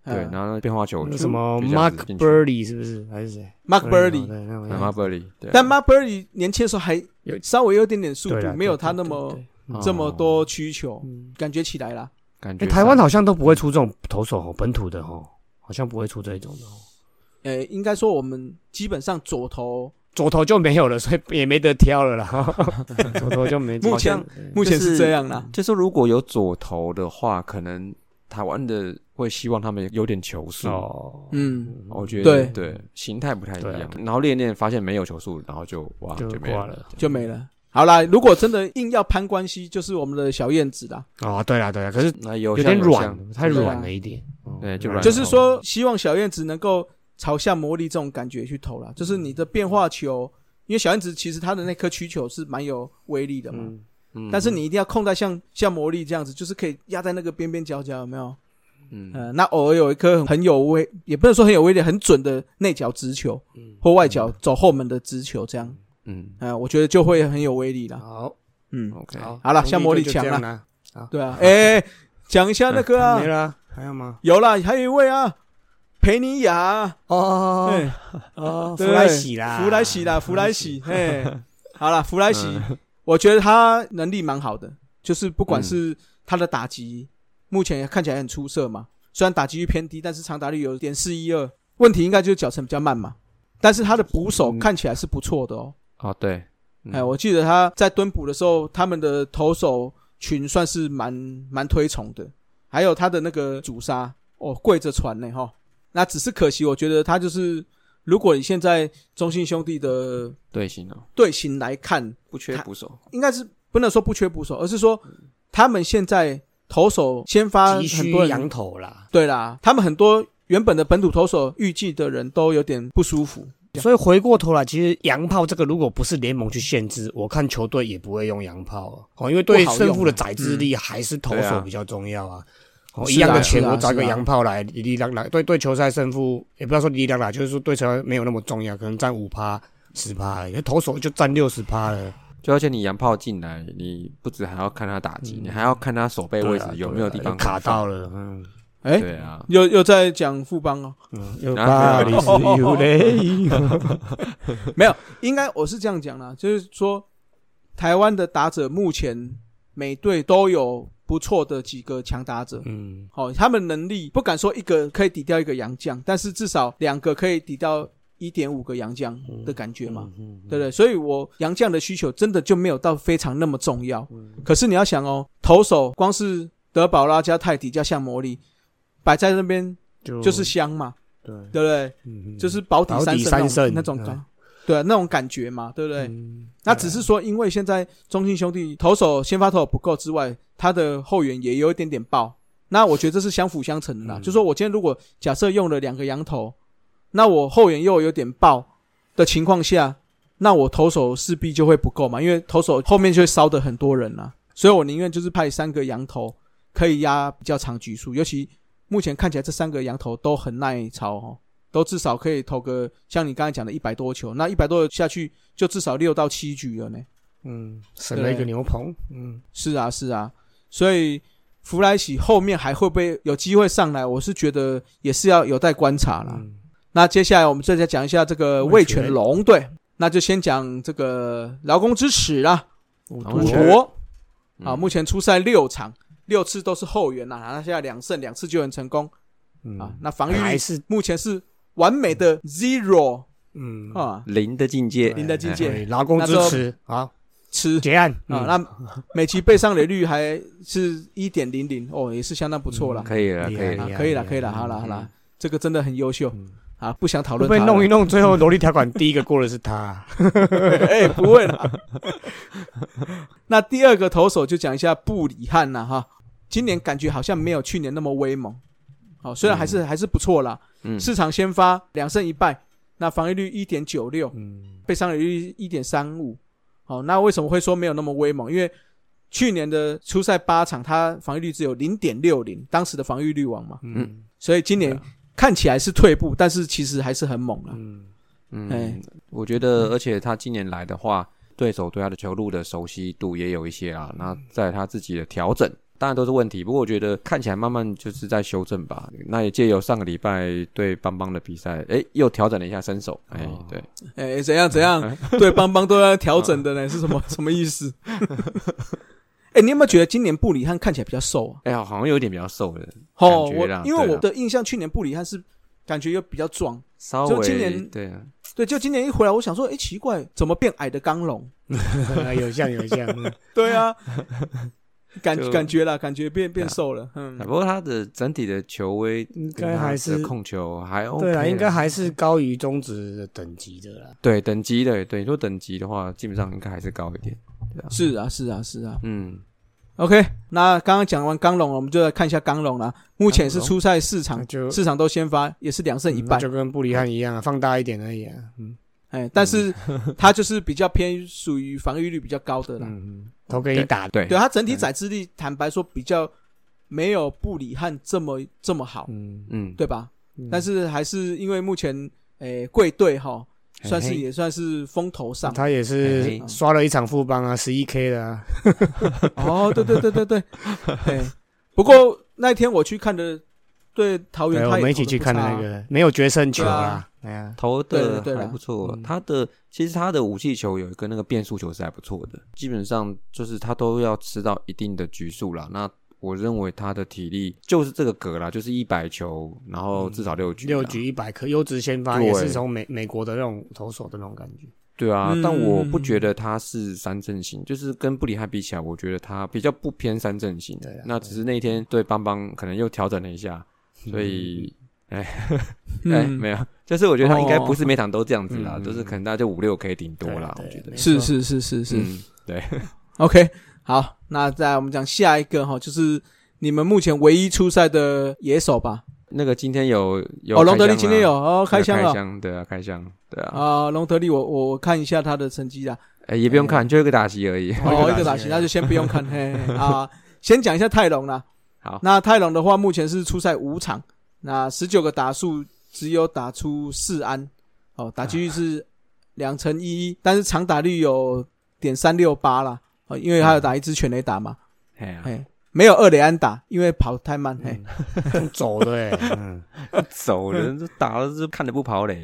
对，嗯然后变化球那就个什么就这样子 Mark 进去 Burley 是不是还是谁 Mark Burley，对那个嗯 Mark Burley，对啊，但 Mark Burley 年轻的时候还有稍微有点点速对啦度，没有对他对那对么对哦这么多需求，嗯感觉起来啦。感觉哎，台湾上好像都不会出这种投手哦，本土的哦，好像不会出这一种的哦。呃，应该说我们基本上左投左投就没有了，所以也没得挑了啦。 [laughs] 左投就没，目前好像嗯目前就是是这样哦啦。就是如果有左投的话，可能台湾的会希望他们有点球速。哦，嗯，我觉得对形态不太一对样啊。然后练练发现没有球速，然后就哇就没挂了了。就没了。好啦，如果真的硬要攀关系，就是我们的小燕子啦。哦，对啦对啦，可是那有有点像软，太对啊软了一点。哦对就软就是说，希望小燕子能够朝向魔力这种感觉去投啦。就是你的变化球，因为小燕子其实它的那颗曲球是蛮有威力的嘛。嗯，嗯但是你一定要控在像像魔力这样子，就是可以压在那个边边角角，有没有？嗯呃，那偶尔有一颗很很有威，也不能说很有威力，很准的内角直球或外角走后门的直球，这样，嗯呃，我觉得就会很有威力啦。好，嗯， ，OK，好啦像像魔力强啦了，对啊，哎、讲一下那个啊 [laughs] 没，了，还有吗？有啦，还有一位啊，裴尼亚，哦哦哎，哦哦，弗对不莱对喜啦，弗莱喜啦，弗莱喜，嘿，好啦，弗莱喜，我觉得他能力蛮好的，就是不管是他的打击，目前看起来很出色嘛。虽然打击率偏低，但是长打率有点四一二，问题应该就是脚程比较慢嘛。但是他的捕手看起来是不错的哦。哦，对，嗯哎，我记得他在蹲捕的时候，他们的投手群算是蛮蛮推崇的，还有他的那个主杀哦，跪着传呢哈。那只是可惜，我觉得他就是，如果你现在中信兄弟的队形哦，队形来看，不缺他捕手，应该是不能说不缺捕手，而是说他们现在投手先发很急需多羊人，头啦。对啦，他们很多原本的本土投手预计的人都有点不舒服。所以回过头来，其实洋炮这个如果不是联盟去限制，我看球队也不会用洋炮啊哦，因为对不好用啊胜负的宰制力还是投对啊手比较重要啊。哦，是啊一样的是钱，啊我找一个是啊洋炮来，力量来对对球赛胜负，也不要说力量啦，就是说对球赛没有那么重要，可能占五趴、十趴而已，投手就占六十趴了。就而且你洋炮进来，你不止还要看他打击，嗯你还要看他手背对啊位置有没有地对啊方又卡到了。了？嗯哎、对啊，又又在讲富邦哦，嗯，又啊巴黎是有嘞。没有，应该我是这样讲啦，就是说台湾的打者目前每队都有不错的几个强打者，嗯，好、他们能力不敢说一个可以抵掉一个洋将，但是至少两个可以抵掉一点五个洋将嗯的感觉嘛，对不对？所以我洋将的需求真的就没有到非常那么重要。嗯可是你要想哦，投手光是德保拉加泰迪加向魔力摆在那边就就是香嘛，对，对不对？嗯就是保底保三底胜那种三胜那种感嗯对啊那种感觉嘛，对不对？嗯那只是说，因为现在中信兄弟投手先发投手不够之外，他的后援也有一点点爆。那我觉得这是相辅相成的啦。嗯就说我今天如果假设用了两个羊头，那我后援又有点爆的情况下，那我投手势必就会不够嘛，因为投手后面就会烧的很多人啦、所以我宁愿就是派三个羊头，可以压比较长局数。尤其目前看起来这三个羊头都很耐操哦，都至少可以投个像你刚才讲的一百多球，那一百多球下去就至少六到七局了呢。嗯，省了一个牛棚，嗯，是啊，是啊，所以弗莱喜后面还会不会有机会上来？我是觉得也是要有待观察啦。嗯那接下来我们再来讲一下这个味味全全龙队，那就先讲这个劳工之耻啦，五然赌后毒觉得哦博嗯啊，目前出赛六场，六次都是后援啦，那现在两胜，两次救援成功嗯啊，那防御还率是目前是完美的 zero 嗯啊，零的境界，零的境界对劳工支持，好吃结案啊，嗯那每期被上垒率还是一点零零哦，也是相当不错嗯啦哎。可以了，可厉害以厉了害。啊，可以了，嗯可以了，好了，嗯好了，这个真的很优秀啊！不想讨会论不会他了弄一弄，最后萝莉条款第一个过的是他？ [laughs] 哎，不会啦。 [laughs] 那第二个投手就讲一下布里汉啦，哈，今年感觉好像没有去年那么威猛，哦，虽然还是还是不错啦，嗯，市场先发两胜一败，那防御率一点九六，嗯，被伤垒率一点三五。哦，那为什么会说没有那么威猛？因为去年的初赛八场，他防御率只有零点六零，当时的防御率王嘛，嗯所以今年对啊看起来是退步，但是其实还是很猛啊。 [laughs] 嗯，哎嗯，我觉得，而且他今年来的话，对手对他的球路的熟悉度也有一些啊。那在他自己的调整，当然都是问题。不过我觉得看起来慢慢就是在修正吧。那也借由上个礼拜对邦邦的比赛，哎，又调整了一下身手。哎哦，对，哎，怎样怎样？嗯 [laughs] 对，邦邦都要调整的呢，是什么什么意思？哎，你有没有觉得今年布里汉看起来比较瘦啊？哎，好像有点比较瘦的，哦，感觉我啦因为对啊我啦的印象，去年布里汉是感觉又比较壮，稍就微今年对啊，对，就今年一回来，我想说，哎，奇怪，怎么变矮的刚龙？有像有像， [laughs] 嗯对啊，感就感觉啦，感觉变变对啊瘦了，嗯啊，不过他的整体的球威应跟该他还的是控球还 OK，对啦啊，应该还是高于中职的等级的啦。对等级的，对，说等级的话，基本上应该还是高一点。是啊，是啊，是啊。嗯， OK，那刚刚讲完刚龙了，我们就来看一下刚龙啦。目前是初赛四那场，就四场都先发，也是两胜一呃嗯败那。就跟布里汉一样啊，放大一点而已啊。嗯哎，但是他就是比较偏属于防御率比较高的啦。嗯，投给你打，对对，他整体载资力，坦白说比较没有布里汉这么这么好，嗯，嗯，对吧？嗯但是还是因为目前诶贵队哈，嘿算是嘿也算是风头上。嗯他也嘿是嘿刷了一场副帮啊，十一 K 的啊。哦，对对对对对，哎，不过那天我去看的，对桃园对，他我也们一投得起去不看的差那啊，个没有决胜球对啊啦，哎呀，投对了的对了还不错嗯，他的其实他的武器球有一个那个变速球是还不错的，基本上就是他都要吃到一定的局数啦。那我认为他的体力就是这个格啦，就是一百球，然后至少六局、六局一百颗，优质先发也对是从美美国的那种投手的那种感觉。对啊，嗯但我不觉得他是三阵型，就是跟布里汉比起来，我觉得他比较不偏三阵型。对啊那只是那一天对邦邦可能又调整了一下，嗯所以哎、嗯，没有，就是我觉得他应该哦不是每场都这样子啦，嗯就是可能大家就五六 K 顶多啦，对啊我觉得对是是是是是、嗯 o k 好，那再来我们讲下一个哈，就是你们目前唯一出赛的野手吧。那个今天有有哦，龙德利开箱啦今天有哦对啊开箱了开箱对啊，开箱对啊，啊，龙德利我我我看一下他的成绩啊，哎、也不用看，就一个打击而已。哦，哦一一个个打打席，席那就先不用 [laughs] 看嘿嘿啊。先讲一下泰隆啦， [laughs] 好，那泰隆的话，目前是出赛五场，那十九个打数只有打出四安，哦，打击率是两成一一，但是长打率有点三六八啦，哦，因为他有打一支全垒打嘛，哎呀、嘿，没有二垒安打，因为跑太慢，嘿，嗯走的哎、嗯，走嗯人这打了是看的不跑嘞，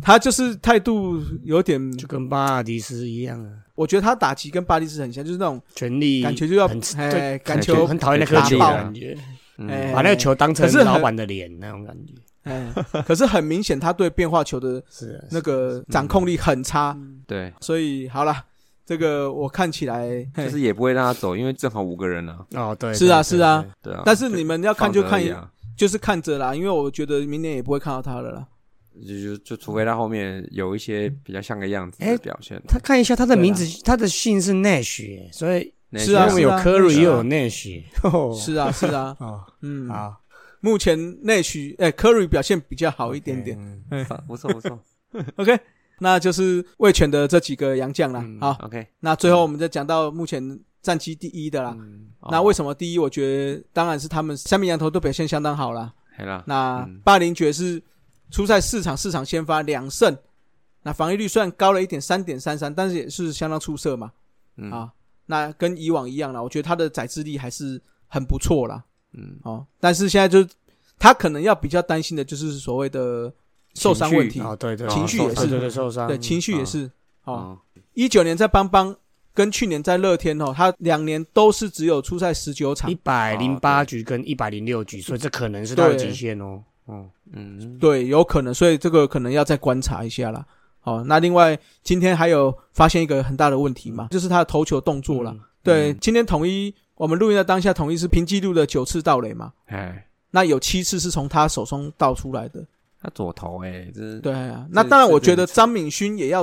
他就是态度有点，就跟巴尔迪斯一样啊，我觉得他打击跟巴蒂斯很像，就是那种全力感觉就要很哎，对，感就球很讨厌那颗打球爆的感觉，哎嗯，把那个球当成可是很老板的脸那种感觉。哎，可是很明显他对变化球的是啊，那个掌控力很差，嗯对，所以好啦，这个我看起来嘿就是也不会让他走，因为正好五个人啊，哦，对，是啊对是啊，对对啊。但是你们要看就放着看而已，啊，就是看着啦，因为我觉得明年也不会看到他了啦。就就就除非他后面有一些比较像个样子的哎表现。他看一下他的对啊名字，他的姓是 Nash，哎所以那是啊因为有些是啊 Curry 是啊又有 Nash，哦是啊，是啊，哦，嗯， [laughs] 好，目前内需哎科瑞表现比较好一点点。嗯不错 [laughs] 不错 OK，那就是卫权的这几个洋将啦。嗯好， ，OK。那最后我们再讲到目前战绩第一的啦。嗯哦那为什么第一？我觉得当然是他们三名羊头都表现相当好啦。么？黑啦，那嗯霸凌爵士出赛四场，四场先发两胜，那防御率虽然高了一点，三点三三，但是也是相当出色嘛。嗯啊，那跟以往一样啦，我觉得他的载资力还是很不错啦。嗯，哦，但是现在就是他可能要比较担心的就是所谓的受伤问题，哦，对对，嗯情绪也是对对对受伤，对情绪也是。哦，哦，一九年在邦邦跟去年在乐天哦，他两年都是只有出赛十九场一，百零哦八局跟一百零六局，所以这可能是他的对极限哦。哦，嗯，对，有可能，所以这个可能要再观察一下啦。哦，那另外今天还有发现一个很大的问题嘛，就是他的投球动作啦。嗯对，嗯今天统一我们录音的当下，统一是凭记录的九次盗垒嘛，哎，那有七次是从他手中盗出来的。他左投哎，这是对啊，那当然，是我觉得是张敏勋也要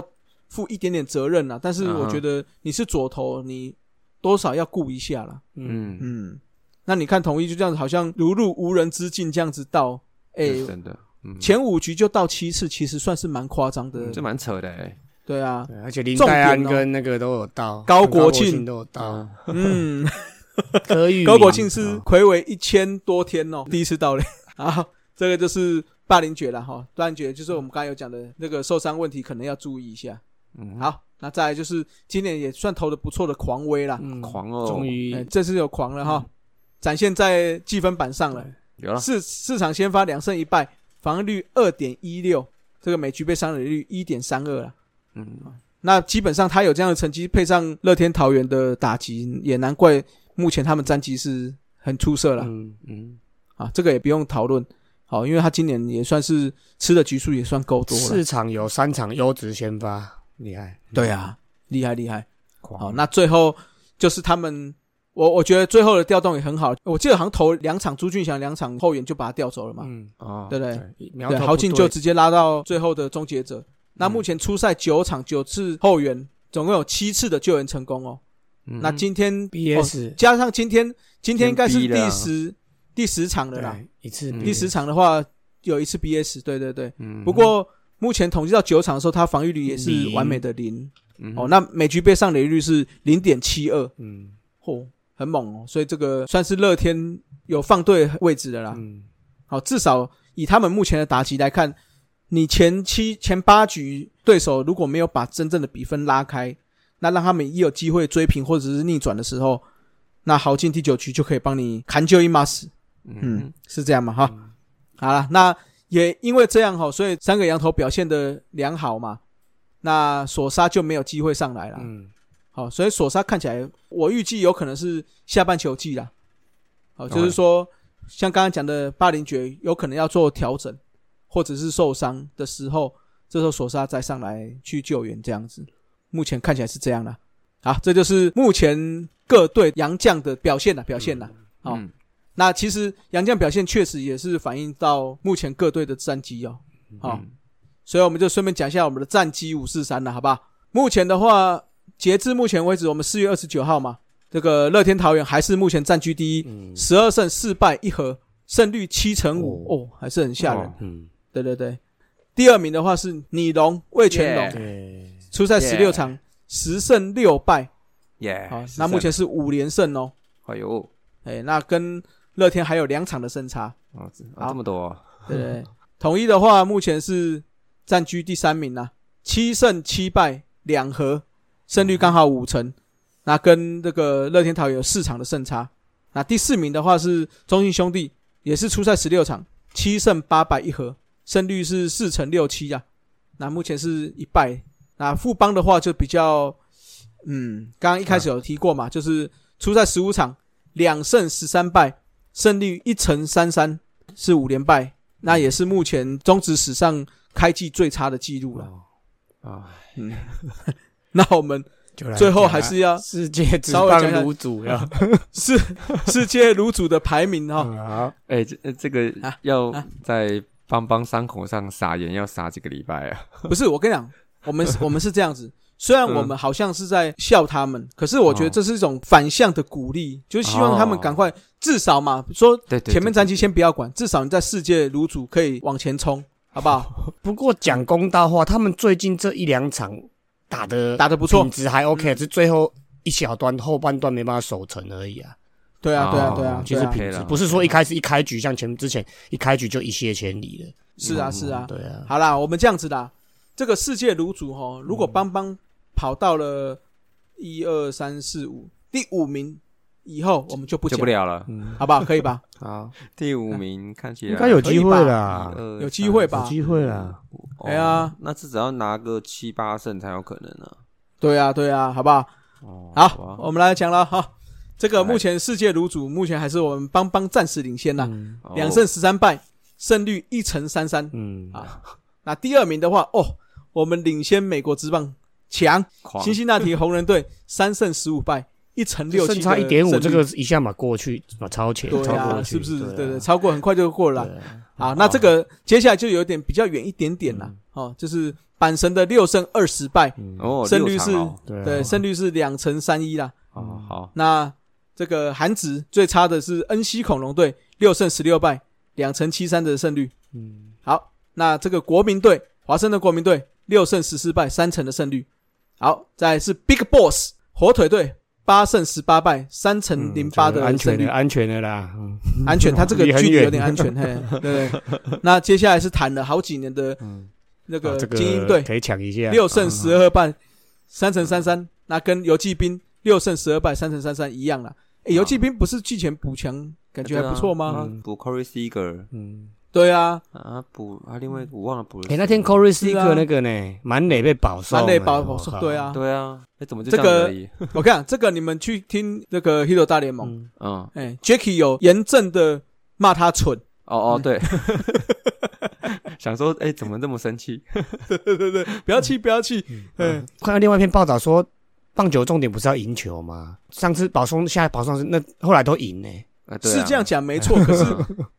负一点点责任啦。但是嗯我哼觉得你是左投，你多少要顾一下啦。嗯，嗯，嗯，那你看统一就这样子，好像如入无人之境这样子盗，哎、这是真的，嗯，前五局就到七次，其实算是蛮夸张的。这蛮扯的哎，对啊， [laughs] 对而且林重点黛安哦跟那个都有到，高跟国国庆都有到，嗯，柯啊玉高国敏庆是哦暌违一千多天哦，第一次到 [laughs] 嘞。啊，这个就是霸凌爵了哈，霸凌爵就是我们刚才有讲的那个受伤问题，可能要注意一下。嗯，好，那再来就是今年也算投的不错的狂威啦，嗯狂哦，终于哎，这次有狂了哈，展现在积分板上了。有了，四四场先发两胜一败，防御率二点一六，这个每局被伤垒率一点三二了。嗯，那基本上他有这样的成绩，配上乐天桃园的打击，也难怪目前他们战绩是很出色了、嗯嗯，啊。这个也不用讨论，好，因为他今年也算是吃的局数也算够多了四。场有三场优质先发，厉害。对啊，厉害厉害。狂好，那最后就是他们，我我觉得最后的调动也很好。我记得好像投两场朱俊祥，两场后援就把他调走了嘛，嗯，哦，对不对？对，苗对，头豪不进就对嗯直接拉到最后的终结者。那目前初赛九场九次后援，总共有七次的救援成功哦。嗯那今天哦 BS 加上今天，今天应该是先逼了第啊十第十场了啦。对啊一次嗯啊第十场的话，有一次 BS，对对对。嗯不过目前统计到九场的时候，他防御率也是零完美的零嗯哦。那每局被上垒率是零点七二，嗯嚯，很猛哦。所以这个算是乐天有放对位置的啦。嗯好，至少以他们目前的打击来看，你前七、前八局对手如果没有把真正的比分拉开，那让他们一有机会追平或者是逆转的时候，那豪进第九局就可以帮你砍就一码死。嗯嗯，，是这样嘛？哈，好了，那也因为这样哈，所以三个羊头表现的良好嘛，那索沙就没有机会上来了。嗯好，所以索沙看起来，我预计有可能是下半球季啦。哦，就是说像刚刚讲的霸凌爵有可能要做调整，或者是受伤的时候，这时候索沙再上来去救援这样子。目前看起来是这样啦。好，这就是目前各队洋将的表现啦，表现啦。好、嗯那其实杨将表现确实也是反映到目前各队的战绩哦。好、嗯所以我们就顺便讲一下我们的战绩五四三了，好不好？目前的话，截至目前为止，我们四月二十九号嘛，这个乐天桃园还是目前占据第一，嗯十二胜四败一和，胜率七成五，哦，还是很吓人。哦嗯，对对对，第二名的话是拟龙魏全龙 Yeah 对，出赛十六 Yeah 场，十胜六败，耶好，是那目这前样是五连胜哦，哎呦，哎，那跟乐天还有两场的胜差。哦，这好啊这么多哦，对不对， [laughs] 统一的话，目前是占据第三名啊，七胜七败两和，胜率刚好五成，那跟这个乐天桃园有四场的胜差。那第四名的话是中信兄弟，也是出赛十六场，七胜八败一和，胜率是四成六七啊。那目前是一败。那富邦的话就比较，嗯，刚刚一开始有提过嘛，就是出赛十五场，两胜十三败，胜率一成三三，是五连败，那也是目前中职史上开季最差的记录了。啊， [laughs] 那我们就来最后讲还啊是要世界职稍微讲一下棒 [laughs] 炉主啊要，世世界卤煮的排名哈、哦，嗯好，哎，这呃这个啊要啊在邦邦伤口上撒盐，要撒几个礼拜啊？不是我跟你讲，我们 [laughs] 是我们是这样子，虽然我们好像是在笑他们，可是我觉得这是一种反向的鼓嗯励，就是希望他们赶快，至少嘛，说对对，前面对战绩先不要管，至少你在世界卤煮可以往前冲，好不 [laughs] 好？ [laughs] 不过讲公道话，他们最近这一两场打的打得不不错嗯品，质还 OK，只是最后一小段后半段没办法守城而已啊。对啊，对啊，哦对啊，其对实啊品对质啦不是说一开始一开局像前之前一开局就一泻千里了。是啊，是啊，对啊，好啦，我们这样子啦，这个世界卤煮哈，如果邦邦跑到了一二三四五第五名以后，我们就不救讲不，了了。嗯，好不好？可以 [laughs] 吧？好，第五名看起来应该有机会啦，啦有机会嗯吧有机会啦。哦哎呀，那至少要拿个七八胜才有可能啊。对啊，对啊，好不好？哦啊好，吧我们来讲了哈。这个来目前世界卤煮目前还是我们邦邦暂时领先啦，嗯哦两胜十三败，胜率一成三三。嗯啊那第二名的话，哦，我们领先美国职棒强，狂辛辛那提红人队三胜十五败，一成六七胜的差胜率，一点五，这个一下嘛过去嘛超前，对超过啊，去是不是？对对对，啊超过很快就过了啦。对啊好，那这个接下来就有点比较远一点点啦。哦，就是阪神的六胜二十败，嗯哦，胜六率场是哦对啊对，胜率是两成三一啦。哦好那这个韩职最差的是恩熙恐龙队，六胜十六败，两成七三的胜率。嗯好，那这个国民队，华盛顿国民队六胜十四败，三成的胜率。好，再来是 Big Boss 火腿队八胜十八败，三成零八这个的嗯胜安全啊率的，安全的啦，嗯安全，他这个离很距离远有点安全，嘿，对不对？那接下来是谈了好几年的嗯那啊个这啊个精英队，可以抢一下六胜十二败，三乘三三，那跟游骑兵六胜十二败，三乘三三一样啦。诶，游骑兵不是季前补强，感觉还不错对啊吗？嗯补 Corey Seager 嗯，对啊，啊，补啊，另外我忘了补了哎、谁。那天 Corey s 是 e e 啊 r 那个呢，满垒被保送三了，垒保我保靠对，啊，对啊，那怎么就这这样个而已？我看这个你们去听那个《Hero 大联盟》，嗯，嗯，哎，Jacky 有严正的骂他蠢，哦哦，对， [laughs] 想说哎，怎么这么生气？对对对，不要气不要气，嗯，呃看到另外一篇报道说，棒球重点不是要赢球吗？上次保送，下来保送是那后来都赢呢、啊对啊是这样讲没错， [laughs] 可是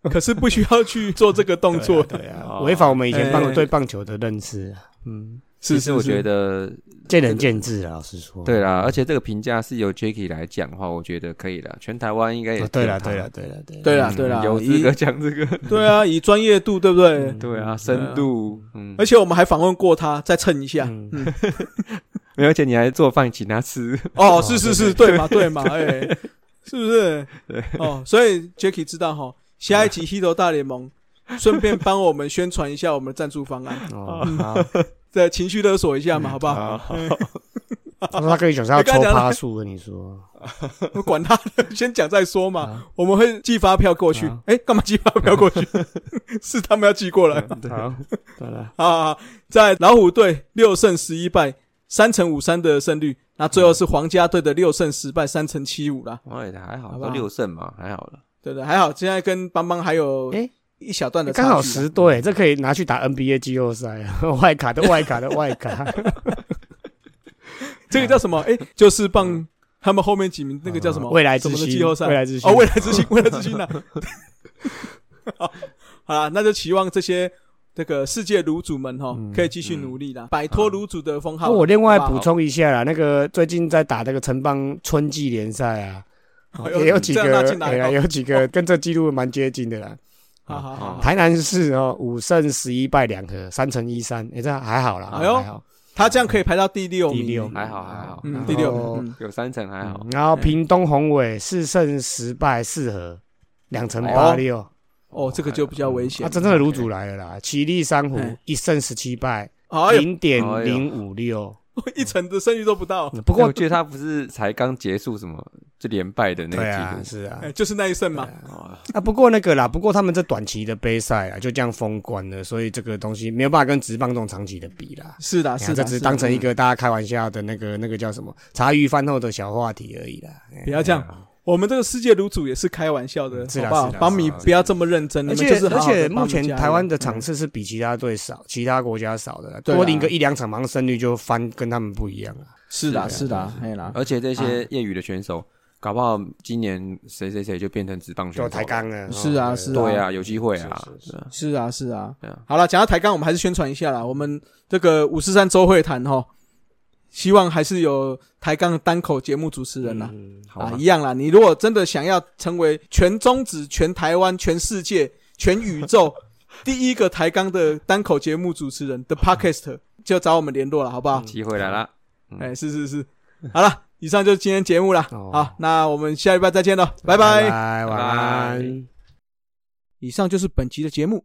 [laughs] 可是不需要去做这个动作，对啊，哦违反我们以前棒、哎对棒球的认识啊，嗯，是其实我觉得见仁见智啊，老实说，对了，啦，而且这个评价是由 Jacky 来讲的话，我觉得可以啦，全台湾应该也哦对了，了对了，对了，对哦对了，啦对啦，有资以格讲这个， [laughs] 对啊，以专业度对不对？对啊，深度，嗯，而且我们还访问过他，再蹭一下。嗯嗯，而且你还做饭请 [laughs] 他吃，哦，是是是，对嘛对 [laughs] 嘛，哎，是不是？哦，所以 Jacky 知道哈，下一集《h i t 大联盟》， [laughs] 顺便帮我们宣传一下我们的赞助方案，哦，好再情绪勒索一下嘛，好不嗯好？哎他说他跟你讲是要抽趴数，跟你说，我 [laughs] 管他 [laughs] 的，先讲再说嘛。我们会寄发票过去好。哎，干嘛寄发票 [laughs] 过去？是他们要寄过来。对好，对了，啊，在老虎队六胜十一败，三乘五三的胜率，那最后是皇家队的六胜十败，三乘七五啦。我也还好，好不都好六胜嘛，还好了。对对，还好现在跟邦邦还有诶一小段的差距刚啦好十对，这可以拿去打 NBA 季后赛，啊 [laughs] [laughs] 外卡的外卡的外卡，啊这个叫什么？哎，就是棒他们后面几名那个叫什么？嗯哦未来什之么的星，季后赛？未来之星，哦，未来之星，未来之星呢、 [laughs] 好好啦，那就期望这些这个世界卤主们哈、嗯可以继续努力啦，摆脱卤主的封那号。哦我另外好不补好，充一下啦，那个最近在打那个城邦春季联赛啊，哎呦也有几这样个那进，来哎呀，哦有几个跟这记录蛮接近的啦。好好好，台南市哦，五胜十一败两和，三乘一三，哎，这还好啦，哎呦还好，他这样可以排到第六名，第六，哦还好还好嗯，然第六后名，嗯有三层还好嗯，然后屏东宏伟四胜十败四和，两成八六，哦，这个就比较危险啊，。真正的卤主来了啦！奇力珊瑚嗯一胜十七败，哎呦，零点零五六。 [laughs] 一层的胜率都不到，不不过过我，记得他不是才刚结束什么就连败的那对啊个，记是啊哎，，就是那一胜嘛。录哦，啊，不过那个啦，不过他们这短期的杯赛啊，就这样封关了，所以这个东西没有办法跟职棒这种长期的比啦。是的，啊是哎这的，嗯只是是当的，成一个大家开玩笑的那个那个叫什么茶余饭后的小话题而已啦。不要这样。我们这个世界卤主也是开玩笑的，哎嗯是好啦不好是？啦邦米是啦不要这么认真，你而们嗯且就是而好好地且，帮目我们前加油台湾的场次是比其他队少，其他国家少的啦，对啊多赢个一两场，忙胜率就翻，跟他们不一样啊。是的，是是啦的，哎嗯啦，而且这些业余的选手，搞不好今年谁谁谁就变成职棒选就手，抬杠了，是啊哦是对啊，有机会啊，是是是是对啊啊，是啊嗯对啊。好了，讲到台钢，我们还是宣传一下啦。我们这个五十三周会谈哈，希望还是有台钢的单口节目主持人啦。嗯好啊，啊一，样啦。你如果真的想要成为全中指、全台湾、全世界、全宇宙 [laughs] 第一个台钢的单口节目主持人的 Podcast，就找我们联络了，好不好？机会来啊啦，嗯哎，是是是。好了，以上就是今天节目啦。哦好，那我们下礼拜再见了，拜拜拜。拜，晚拜拜安。以上就是本集的节目。